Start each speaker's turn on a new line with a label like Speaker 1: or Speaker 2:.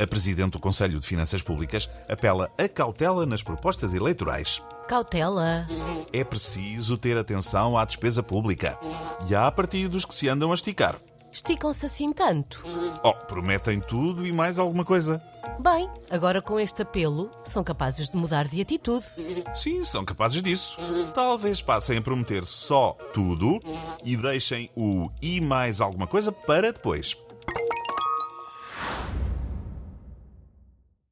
Speaker 1: A Presidente do Conselho de Finanças Públicas apela a cautela nas propostas eleitorais.
Speaker 2: Cautela.
Speaker 1: É preciso ter atenção à despesa pública. E há partidos que se andam a esticar.
Speaker 2: Esticam-se assim tanto.
Speaker 1: Oh, prometem tudo e mais alguma coisa.
Speaker 2: Bem, agora com este apelo, são capazes de mudar de atitude.
Speaker 1: Sim, são capazes disso. Talvez passem a prometer só tudo e deixem o e mais alguma coisa para depois.